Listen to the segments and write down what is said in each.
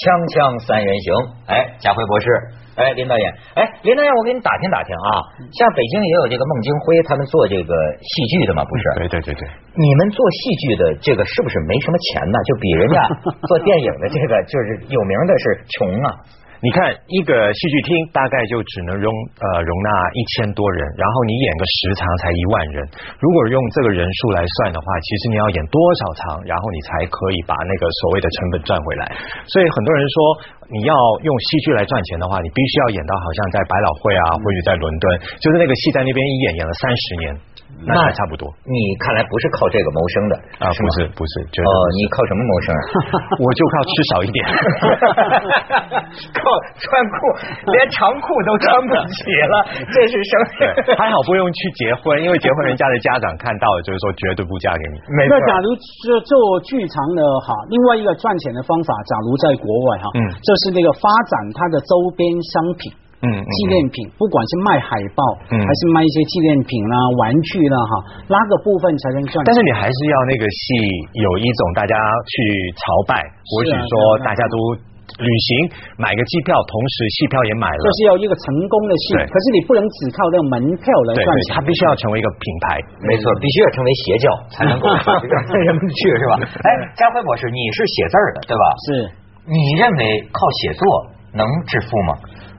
锵锵三人行，哎，贾辉博士，哎，林导演，哎，林导演，我给你打听打听啊，嗯像北京也有这个孟京辉他们做这个戏剧的嘛，不是？对对对对，你们做戏剧的这个是不是没什么钱呢？就比人 家做电影的这个就是有名的是穷啊，你看一个戏剧厅大概就只能容呃容纳一千多人，然后你演个十场才一万人。如果用这个人数来算的话，其实你要演多少场，然后你才可以把那个所谓的成本赚回来。所以很多人说，你要用戏剧来赚钱的话，你必须要演到好像在百老汇啊，或者在伦敦，就是那个戏在那边一演演了三十年，那那还差不多你看来不是靠这个谋生的啊，是不吗？是不是，觉哦得，你靠什么谋生啊？ 我就靠吃少一点。靠穿裤，连长裤都穿不起 了，这是什对，还好不用去结婚，因为结婚人家的家长看到了，就是说绝对不嫁给你。 没那假如是做剧场的哈，另外一个赚钱的方法，假如在国外哈，嗯就是那个发展它的周边商品。嗯嗯纪念品，不管是卖海报，嗯还是卖一些纪念品啦、玩具啦，哈，那个部分才能赚钱。但是你还是要那个戏有一种大家去朝拜，或许说对啊大家都旅行买个机票，同时戏票也买了就，是要一个成功的戏，对可是你不能只靠这个门票来对赚对，钱它。必须要成为一个品牌。没错，必须要成为邪教才能够让人们去，是吧？哎，家辉博士，你是写字儿的，对吧？是，你认为靠写作能致富吗？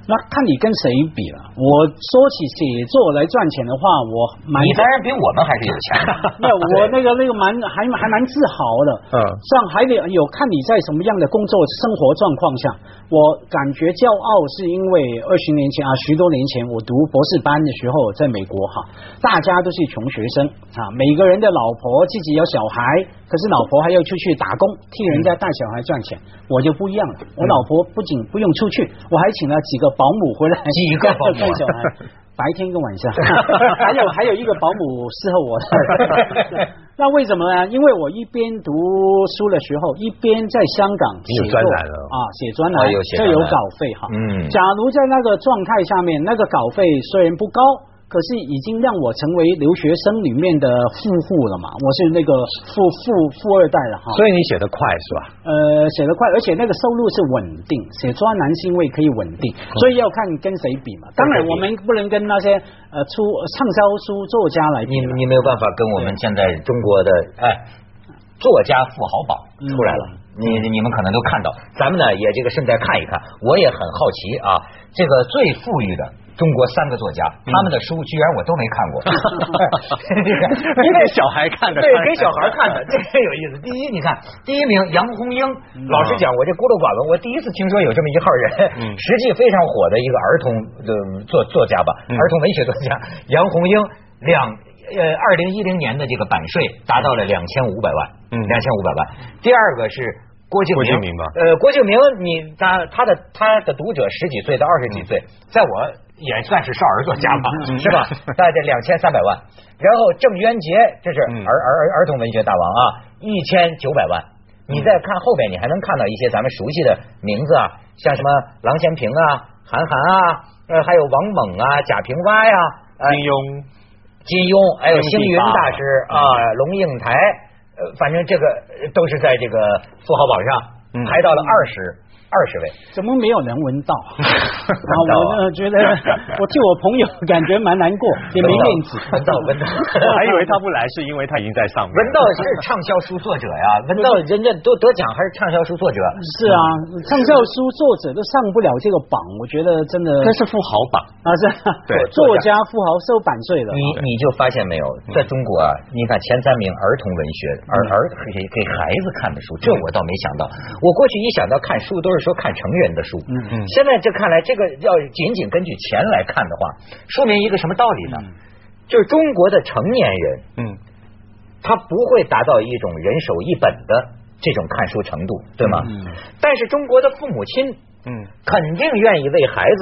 那看你跟谁比了。我说起写作来赚钱的话，我蛮。你当然比我们还是有钱的 没有，我那个那个蛮还还蛮自豪的。嗯上还得有看你在什么样的工作生活状况下。我感觉骄傲是因为二十年前啊，十多年前我读博士班的时候，在美国哈，大家都是穷学生啊，每个人的老婆自己有小孩，可是老婆还要出去打工，替人家带小孩赚钱。我就不一样了，嗯我老婆不仅不用出去，我还请了几个保姆回来，几个保姆啊 带小孩。白天 跟晚上，还有还有一个保姆伺候我的。那为什么呢？因为我一边读书的时候，一边在香港你有写专作栏了啊，写专哦栏有写，这专有栏稿费哈。嗯假如在那个状态下面，那个稿费虽然不高，可是已经让我成为留学生里面的富户了嘛。我是那个富富富二代了哈。所以你写的快是吧？呃，写得快，而且那个收入是稳定。写专栏是因为可以稳定，所以要看跟谁比嘛。当然，我们不能跟那些呃出畅销书作家来比你嘛。你没有办法跟我们现在中国的哎作家富豪榜出来了，你你们可能都看到，咱们呢也这个顺带看一看，我也很好奇啊，这个最富裕的。中国三个作家，他们的书居然我都没看过， 这个因为小孩看 的，对，给小孩看的，这个有意思。第一，你看第一名杨红樱，老实讲，我这孤陋寡闻，我第一次听说有这么一号人，嗯 实际非常火的一个儿童的作作家吧，嗯儿童文学作家杨红樱，两呃二零一零年的这个版税达到了两千五百万，嗯两千五百万。第二个是。郭敬明，郭敬明吧呃，郭敬明，你他他的他的读者十几岁到二十几岁，在我也算是少儿作家吧，嗯是吧？大概两千三百万。然后郑渊洁，这是儿儿嗯儿儿童文学大王啊，一千九百万。你再看后边，你还能看到一些咱们熟悉的名字啊，像什么郎咸平啊、韩寒啊，呃，还有王蒙啊、贾平凹呀、呃金庸金庸，还有星金云地霸大师啊、龙应台，呃，反正这个呃都是在这个富豪榜上嗯排到了二十二十位。怎么没有人闻到？啊，闻到啊我呃觉得我替我朋友感觉蛮难过，也没面子。闻到闻到。我还以为他不来是因为他已经在上面。文道是畅销书作者呀，文道嗯人家都得奖还是畅销书作者， 是啊，畅销书作者都上不了这个榜，我觉得真的那是富豪榜，啊是啊对作家富豪收版税了。你你就发现没有，嗯在中国啊，你看前三名儿童文学，儿儿给给孩子看的书，这我倒没想到。我过去一想到看书都是说看成人的书，嗯嗯现在这看来，这个要仅仅根据钱来看的话，说明一个什么道理呢？嗯就是中国的成年人，嗯，他不会达到一种人手一本的这种看书程度，对吗？嗯但是中国的父母亲嗯肯定愿意为孩子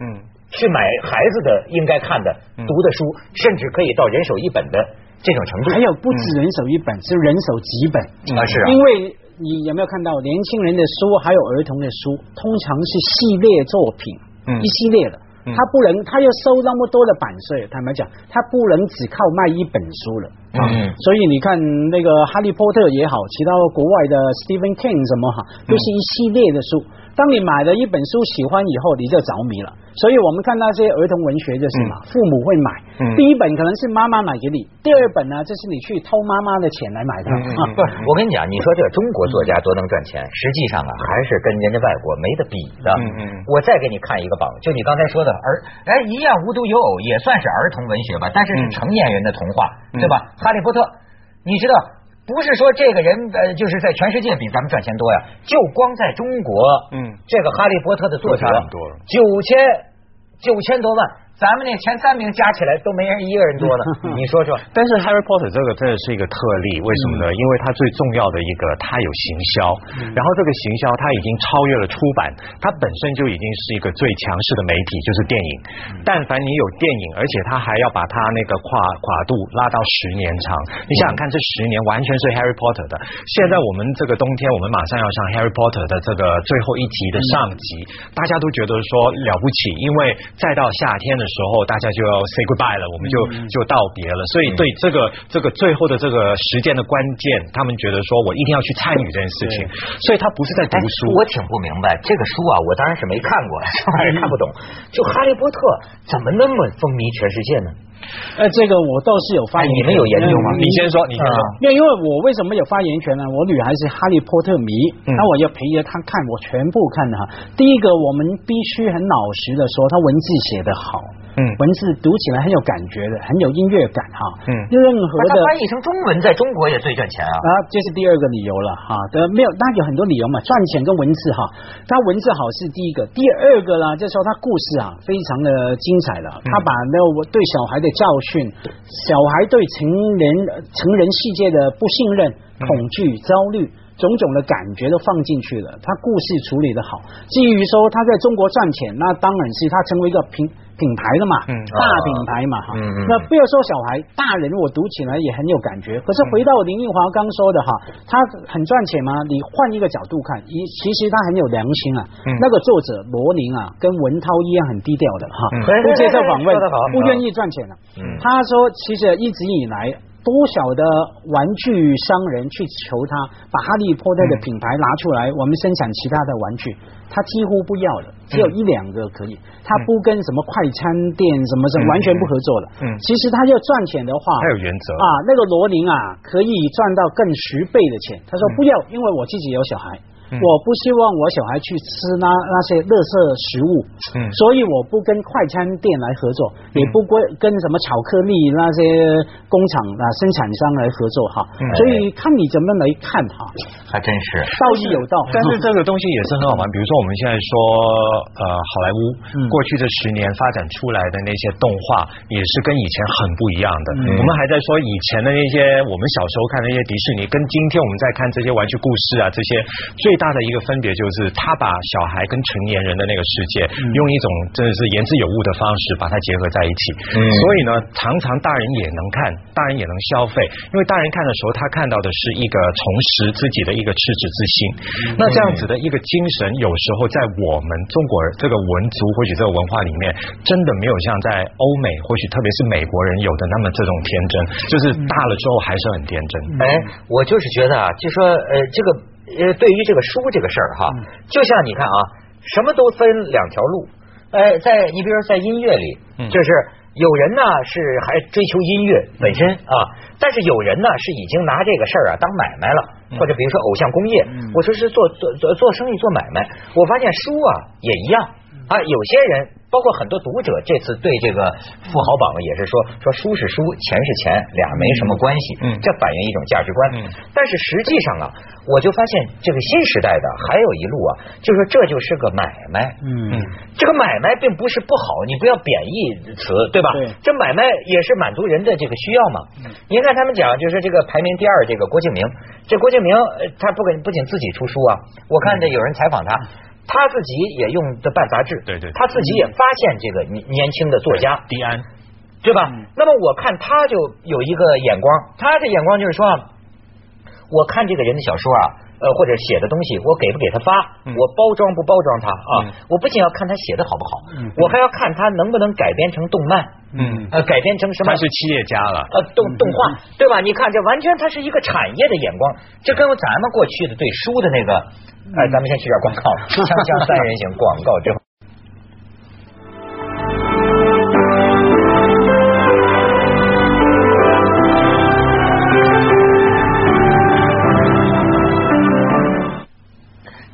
嗯，去买孩子的应该看的、嗯读的书，甚至可以到人手一本的这种程度。还有不止人手一本，是人手几本。啊，是啊因为你有没有看到年轻人的书，还有儿童的书，通常是系列作品，嗯一系列的。嗯他不能，他要收那么多的版税，坦白讲，他不能只靠卖一本书了。啊嗯嗯所以你看那个《哈利波特》也好，其他国外的 Stephen King 什么哈，嗯都是一系列的书。当你买了一本书喜欢以后，你就着迷了。所以我们看那些儿童文学就是嘛，父母会买，嗯第一本可能是妈妈买给你，第二本呢，这是你去偷妈妈的钱来买的。嗯嗯嗯啊 不是，我跟你讲，你说这个中国作家多能赚钱，实际上啊，还是跟人家外国没得比的。嗯嗯我再给你看一个榜，就你刚才说的儿，哎，一样无独有偶，也算是儿童文学吧，但是是嗯成年人的童话，嗯对吧？哈利波特，你知道。不是说这个人呃，就是在全世界比咱们赚钱多呀，就光在中国，嗯这个哈利波特的作者就差很多了九千九千多万，咱们那前三名加起来都没人一个人多 呢，你说说，但是 Harry Potter 这个真的是一个特例，为什么呢？因为它最重要的一个，它有行销，然后这个行销它已经超越了出版，它本身就已经是一个最强势的媒体，就是电影。但凡你有电影，而且它还要把它那个跨跨度拉到十年长，你想想看，这十年完全是 Harry Potter 的。现在我们这个冬天，我们马上要上 Harry Potter 的这个最后一集的上集，大家都觉得说了不起，因为再到夏天的时候，大家就要 say goodbye 了，我们就就道别了。所以对这个这个最后的这个时间的关键，他们觉得说我一定要去参与这件事情，所以他不是在读哎书，我挺不明白这个书啊，我当然是没看过， 这玩意儿看不懂。嗯就《哈利波特》怎么那么风靡全世界呢？呃，这个我倒是有发哎言你权。们有研究吗啊嗯你先说，你先说。没有，因为我为什么有发言权呢？我女孩是哈利波特迷，嗯那我要陪着她看，我全部看哈。第一个，我们必须很老实的说，她文字写得好，嗯文字读起来很有感觉的，很有音乐感哈，嗯任何把它的。翻译成中文，在中国也最赚钱啊！啊，这是第二个理由了哈。的没有，那有很多理由嘛，赚钱跟文字哈。它文字好是第一个，第二个呢，就是说它故事啊非常的精彩了。它把那个我对小孩的教训，小孩对成人成人世界的不信任、恐惧、焦虑。种种的感觉都放进去了，他故事处理的好。至于说他在中国赚钱，那当然是他成为一个品品牌了嘛，嗯大品牌嘛哈。嗯嗯嗯那不要说小孩，大人我读起来也很有感觉。可是回到林奕华刚说的哈，他很赚钱吗？你换一个角度看，一其实他很有良心啊。嗯那个作者罗宁啊，跟文涛一样很低调的哈，嗯不接受访问说得好，不愿意赚钱了、嗯他说，其实一直以来。多少的玩具商人去求他把哈利波特的品牌拿出来，我们生产其他的玩具，他几乎不要了，只有一两个可以。他不跟什么快餐店什么什么嗯完全不合作了。嗯其实他要赚钱的话，他有原则啊，那个罗宁啊，可以赚到更十倍的钱。他说不要，因为我自己有小孩，嗯我不希望我小孩去吃那那些垃圾食物，嗯所以我不跟快餐店来合作，也不跟跟什么巧克力那些工厂啊生产商来合作哈。嗯所以看你怎么来看哈，还真是。道义有道。但是这个东西也是很好玩，比如说我们现在说呃好莱坞嗯过去这十年发展出来的那些动画，也是跟以前很不一样的。嗯我们还在说以前的那些我们小时候看的那些迪士尼，跟今天我们在看这些玩具故事啊，这些最大的一个分别就是，他把小孩跟成年人的那个世界，嗯用一种真的是言之有物的方式把它结合在一起。嗯所以呢，常常大人也能看，大人也能消费，因为大人看的时候，他看到的是一个重拾自己的一个赤子之心。那这样子的一个精神，有时候在我们中国这个文族或许这个文化里面，真的没有像在欧美或许特别是美国人有的那么这种天真，就是大了之后还是很天真。哎，我就是觉得啊，就说呃，这个呃，对于这个书这个事儿嗯哈，就像你看啊，什么都分两条路。哎，在你比如说在音乐里，嗯就是有人呢是还追求音乐本身啊，但是有人呢是已经拿这个事儿啊当买卖了，嗯或者比如说偶像工业，我说是做做做做生意做买卖。我发现书啊也一样嗯啊，有些人。包括很多读者这次对这个富豪榜也是说说书是书，钱是钱，俩没什么关系。嗯这反映一种价值观。嗯但是实际上啊，我就发现这个新时代的还有一路啊，就说这就是个买卖。嗯这个买卖并不是不好，你不要贬义词，对吧？对这买卖也是满足人的这个需要嘛。嗯您看他们讲，就是这个排名第二这个郭敬明，这郭敬明呃他不仅不仅自己出书啊，我看这有人采访他。他自己也用的办杂志，嗯对对对他自己也发现这个年年轻的作家，迪安，对吧？嗯那么我看他就有一个眼光，他的眼光就是说啊，我看这个人的小说啊，呃或者写的东西，我给不给他发，嗯我包装不包装他啊嗯？我不仅要看他写的好不好嗯，我还要看他能不能改编成动漫，嗯呃，改编成什么他？是嗯企业家了，呃，动动画对吧？你看，这完全它是一个产业的眼光，这跟咱们过去的对书的那个，哎，嗯咱们先去点 广告，锵锵三人行广告之后。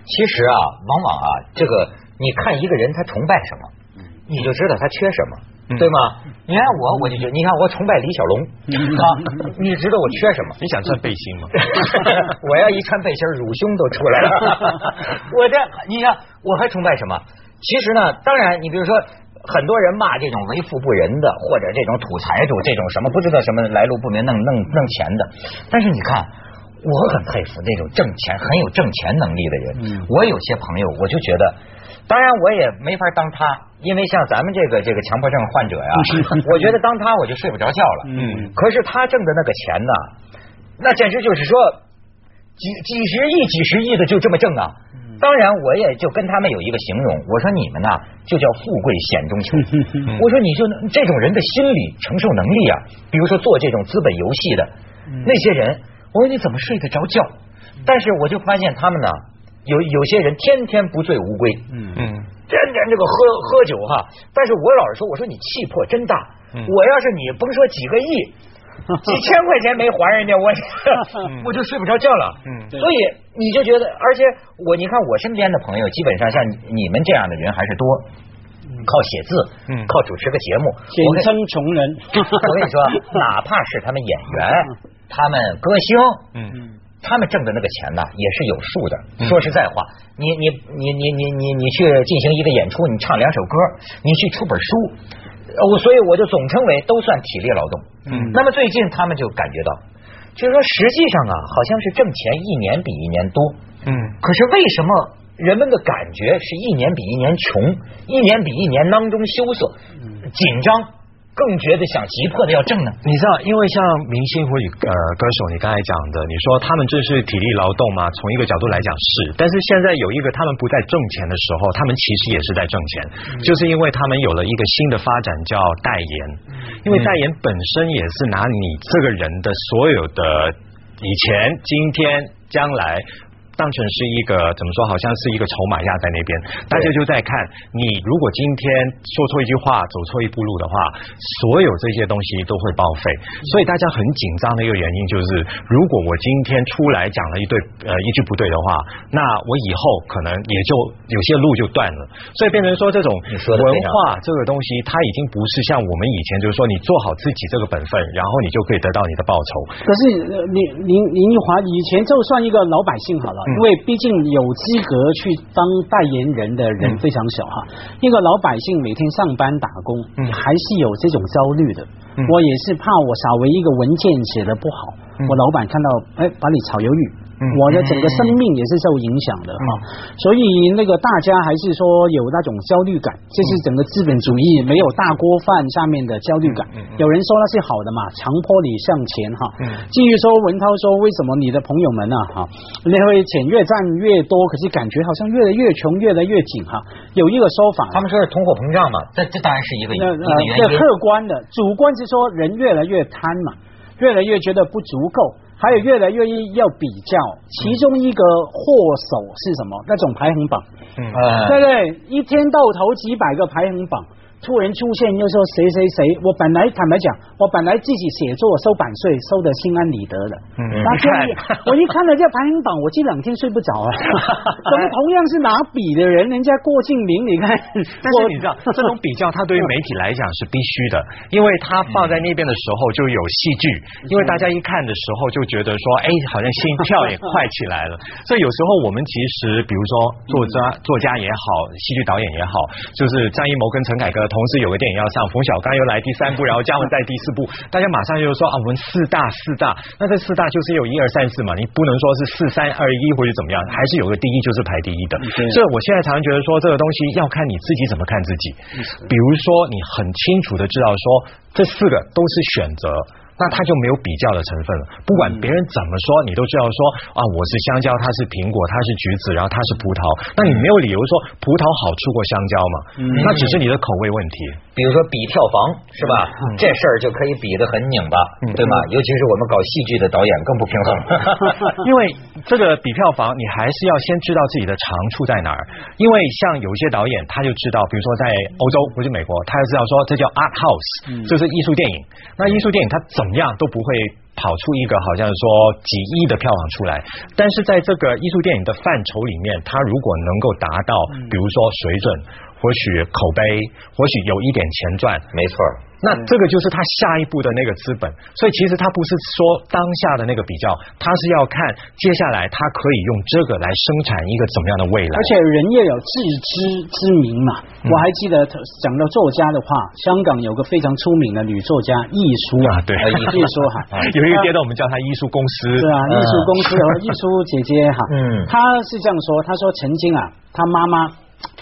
其实啊，往往啊，这个你看一个人他崇拜什么，你就知道他缺什么，嗯对吗？你看我，我就觉得，你看我崇拜李小龙 啊，你知道我缺什么？你想穿背心吗？ 我要一穿背心儿，乳胸都出来了。我这，你看，我还崇拜什么？其实呢，当然，你比如说，很多人骂这种为富不仁的，或者这种土财主，这种什么不知道什么来路不明弄弄弄钱的。但是你看，我很佩服那种挣钱很有挣钱能力的人。嗯我有些朋友，我就觉得，当然我也没法当他，因为像咱们这个这个强迫症患者呀、我觉得当他我就睡不着觉了。嗯可是他挣的那个钱呢，那简直就是说几几十亿、几十亿的就这么挣啊。嗯当然，我也就跟他们有一个形容，我说你们呐、就叫富贵险中求。嗯我说你就能这种人的心理承受能力啊，比如说做这种资本游戏的嗯那些人，我说你怎么睡得着觉？但是我就发现他们呢，有有些人天天不醉无归，嗯嗯天天这个喝喝酒哈。但是我老是说，我说你气魄真大。嗯我要是你，甭说几个 亿，几千块钱没还人家，我 我就睡不着觉了。嗯所以你就觉得，而且我你看我身边的朋友，基本上像你们这样的人还是多，靠写字，嗯靠主持个节目，我简跟称穷人。我跟你说， 哪怕是他们演员，他们歌星，嗯嗯他们挣的那个钱呢，也是有数的。嗯说实在话，你你你你你你你去进行一个演出，你唱两首歌，你去出本书，呃我所以我就总称为都算体力劳动。嗯那么最近他们就感觉到，就是说实际上啊，好像是挣钱一年比一年多，嗯可是为什么人们的感觉是一年比一年穷，一年比一年囊中羞涩、紧张，更觉得想急迫的要挣呢？你知道，因为像明星或者呃歌手，你刚才讲的，你说他们这是体力劳动吗？从一个角度来讲是，但是现在有一个他们不再挣钱的时候，他们其实也是在挣钱，就是因为他们有了一个新的发展叫代言，因为代言本身也是拿你这个人的所有的以前、今天、将来。当成是一个怎么说，好像是一个筹码压在那边，大家就在看你。如果今天说错一句话，走错一步路的话，所有这些东西都会报废。嗯所以大家很紧张的一个原因就是，如果我今天出来讲了一对呃一句不对的话，那我以后可能也就有些路就断了。所以变成说这种你说得非文常好化啊，这个东西它已经不是像我们以前就是说你做好自己这个本分，然后你就可以得到你的报酬。可是呃林林林奕华以前就算一个老百姓好了，因为毕竟有资格去当代言人的人非常少哈。一个老百姓每天上班打工，嗯还是有这种焦虑的。嗯我也是怕我稍微一个文件写的不好，嗯我老板看到哎把你炒鱿鱼，嗯我的整个生命也是受影响的哈。所以那个大家还是说有那种焦虑感，这是整个资本主义没有大锅饭下面的焦虑感。嗯嗯嗯有人说那是好的嘛，强迫你向前哈。嗯至于说文涛说为什么你的朋友们啊哈，那会钱越赚越多，可是感觉好像越来越穷，越来越紧哈。有一个说法，他们说是通货膨胀嘛，这这当然是一个一那个原呃，因这。客观的，主观是说人越来越贪嘛，越来越觉得不足够，还有越来越要比较。其中一个祸首是什么？那种排行榜，嗯呃，对不对？一天到头几百个排行榜，突然出现又说谁谁谁，我本来坦白讲，我本来自己写作收版税收的心安理得的，嗯那这样一我一看了这排行榜，我这两天睡不着啊。 怎么同样是拿笔的人，人家郭敬明，你看， 但是你知道，这种比较，它对于媒体来讲是必须的，因为它放在那边的时候就有戏剧，因为大家一看的时候就觉得说，哎，好像心跳也快起来了。所以有时候我们其实，比如说作家、作家也好，戏剧导演也好，就是张艺谋跟陈凯歌同时有个电影要上，冯小刚又来第三部，然后姜文在第四部，大家马上就说啊，我们四大四大，那这四大就是有一二三四嘛，你不能说是四三二一或者怎么样，还是有个第一就是排第一的。对所以我现在常常觉得说，这个东西要看你自己怎么看自己。比如说，你很清楚的知道说，这四个都是选择。那它就没有比较的成分了。不管别人怎么说，你都知道说啊，我是香蕉，它是苹果，它是橘子，然后它是葡萄。那你没有理由说葡萄好吃过香蕉嘛？那只是你的口味问题。比如说比票房是吧？这事儿就可以比得很拧巴，对吗？尤其是我们搞戏剧的导演更不平衡。 因为这个比票房，你还是要先知道自己的长处在哪儿。因为像有一些导演，他就知道，比如说在欧洲不是美国，他就知道说这叫 art house，这是艺术电影。那艺术电影它怎么样都不会。跑出一个好像说几亿的票房出来，但是在这个艺术电影的范畴里面，它如果能够达到，比如说水准，或许口碑，或许有一点钱赚，没错儿，那嗯这个就是他下一步的那个资本，所以其实他不是说当下的那个比较，他是要看接下来他可以用这个来生产一个怎么样的未来而。且人也有自知之明嘛。嗯我还记得讲到作家的话，香港有个非常出名的女作家易舒啊对易舒 哎哈，啊有一个阶段我们叫他艺术公司，嗯嗯对啊，艺术公司 和艺术姐姐哈，嗯 她是这样说，她说曾经啊，她妈妈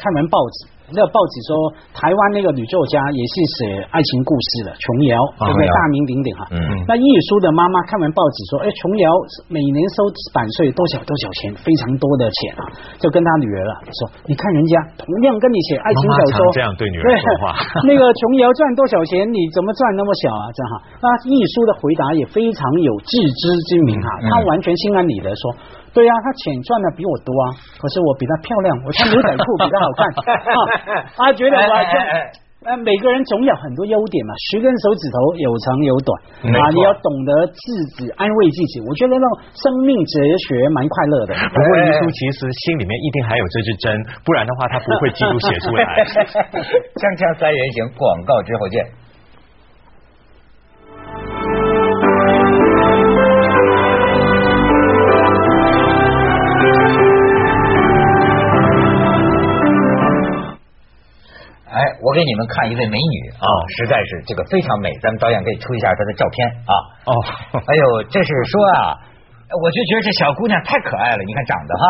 看完报纸。那个报纸说，台湾那个女作家也是写爱情故事的，琼瑶，对不啊琼对？瑶大名鼎鼎哈。嗯嗯那艺术的妈妈看完报纸说，哎，琼瑶每年收版税多少多少钱，非常多的钱啊，就跟她女儿了说，你看人家同样跟你写爱情小说，妈妈常这样对女儿说话 那个琼瑶赚多少钱？你怎么赚那么小啊？这样哈，那艺书的回答也非常有自知之明哈、嗯他完全心安理得说。对啊，他钱赚的比我多啊，可是我比他漂亮，我穿牛仔裤 比他好 看啊，他觉得我好哎像哎哎呃，每个人总有很多优点嘛，十根手指头有长有短没啊，错你要懂得自己安慰自己，我觉得那种生命哲学蛮快乐的。哎不过艺术其实心里面一定还有这支针，不然的话他不会记录写出 来。锵锵三人行，广告之后见。哎，我给你们看一位美女啊，实在是这个非常美，咱们导演可以出一下她的照片啊。哦， 哎呦，这是说啊，我就觉得这小姑娘太可爱了，你看长得哈。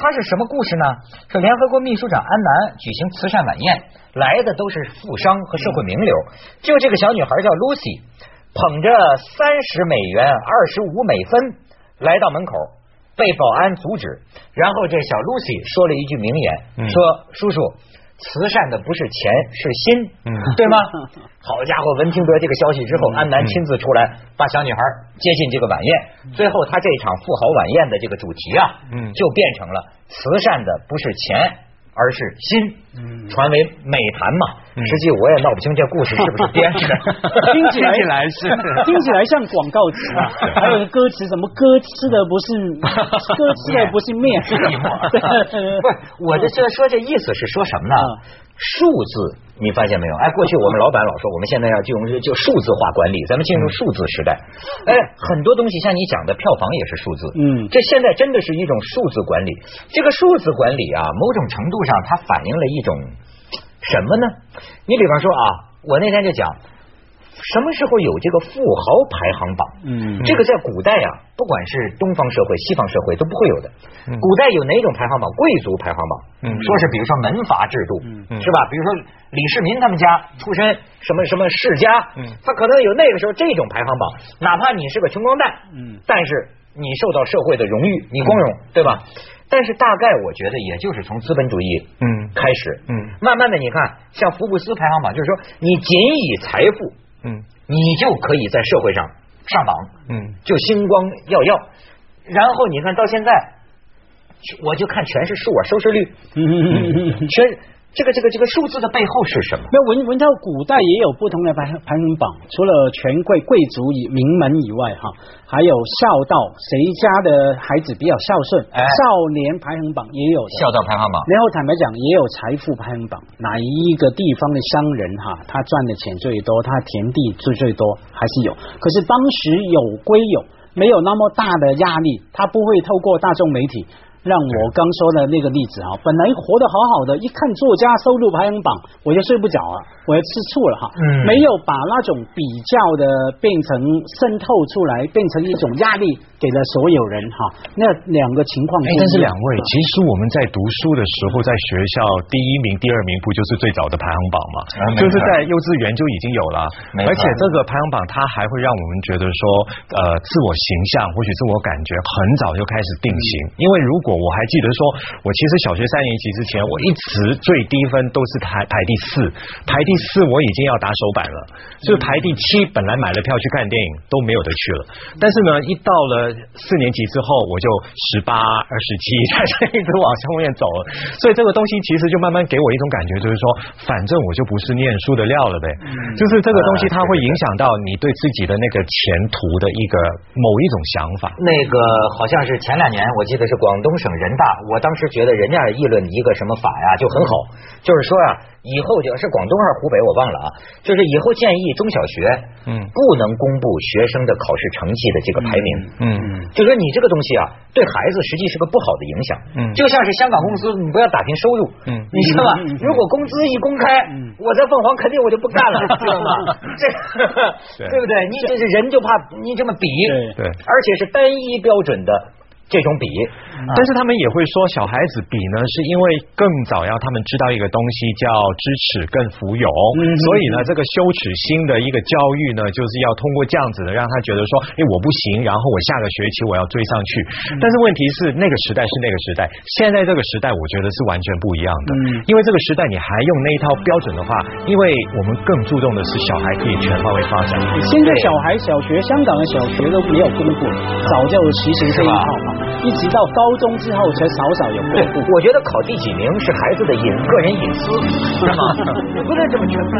她是什么故事呢？是联合国秘书长安南举行慈善晚宴，来的都是富商和社会名流，就这个小女孩叫 Lucy，捧着三十美元、二十五美分来到门口，被保安阻止，然后这小 Lucy 说了一句名言，嗯说：“叔叔。”慈善的不是钱，是心，嗯对 吗？好家伙，文听得这个消息之嗯后，安南亲自出来把小女孩接进这个晚嗯宴。最后，他这场富豪晚宴的这个主题啊，嗯就变成了慈善的不是钱，而是心。嗯传为美谈嘛，嗯实际我也闹不清这故事是不是编的。听起 来听起来 是听起来像广告词啊，还有歌词什么歌吃的不是歌吃的不是面， 不是，我这这说这意思是说什么呢嗯？数字，你发现没有？哎，过去我们老板老说，我们现在要进入就数字化管理，咱们进入数字时代。哎，很多东西像你讲的，票房也是数字。嗯这现在真的是一种数字管理。这个数字管理啊，某种程度上它反映了一种什么呢？你比方说啊，我那天就讲。什么时候有这个富豪排行榜？嗯这个在古代啊，不管是东方社会、西方社会都不会有的。古代有哪种排行榜？贵族排行榜，嗯说是比如说门阀制度，嗯是吧？比如说李世民他们家出身什么什么世家，嗯他可能有那个时候这种排行榜，哪怕你是个穷光蛋，嗯但是你受到社会的荣誉，你光荣，嗯对吧？但是大概我觉得，也就是从资本主义嗯开始，嗯慢慢的你看，像福布斯排行榜，就是说你仅以财富，嗯你就可以在社会上上榜，嗯就星光耀耀。然后你看到现在，我就看全是数啊，收视率， 嗯。全这个这个这个数字的背后是什么？那文文到古代也有不同的排排行榜，除了权贵贵族以名门以外，哈，还有孝道，谁家的孩子比较孝顺，哎少年排行榜也有的。孝道排行榜，然后坦白讲，也有财富排行榜，哪一个地方的商人哈，他赚的钱最多，他田地最最多，还是有。可是当时有归有，没有那么大的压力，他不会透过大众媒体。让我刚说的那个例子哈，本来活得好好的，一看作家收入排行榜，我就睡不着了，啊我要吃醋了哈。嗯没有把那种比较的变成渗透出来，变成一种压力给了所有人哈。那两个情况哎就，但是两位，其实我们在读书的时候，在学校第一名、第二名不就是最早的排行榜吗啊？没错就是在幼稚园就已经有了，没错而且这个排行榜它还会让我们觉得说，呃，自我形象或许自我感觉很早就开始定型。因为如果我还记得说，我其实小学三年级之前，我一直最低分都是排排第四，排第四我已经要打手板了，就是排第七，本来买了票去看电影都没有得去了。但是呢，一到了四年级之后，我就十八、二十七， 才一直往上面走了。所以这个东西其实就慢慢给我一种感觉，就是说，反正我就不是念书的料了呗。就是这个东西，它会影响到你对自己的那个前途的一个某一种想法。那个好像是前两年，我记得是广东省人大，我当时觉得人家议论一个什么法呀就很好，就是说啊，以后就是广东还是湖北我忘了啊，就是以后建议中小学，嗯不能公布学生的考试成绩的这个排名，嗯就说你这个东西啊，对孩子实际是个不好的影响。嗯就像是香港公司，你不要打听收入，嗯你知道吧嗯嗯嗯？如果工资一公开，嗯我在凤凰肯定我就不 干了，知道吗？这对 对不对？你这是人就怕你这么比，对而且是单一标准的这种比，啊但是他们也会说，小孩子比呢，是因为更早要他们知道一个东西叫知耻更服勇，嗯所以呢，这个羞耻心的一个教育呢，就是要通过这样子的，让他觉得说，哎，我不行，然后我下个学期我要追上去。嗯但是问题是，那个时代是那个时代，现在这个时代，我觉得是完全不一样的，嗯因为这个时代你还用那一套标准的话，因为我们更注重的是小孩可以全方位发展。现在小孩小学，香港的小学都没有公布，早就实行这一套嘛，一直到高中之后才少少有公对，布。我觉得考第几名是孩子的隐个人隐私，是吗？不能这么去分。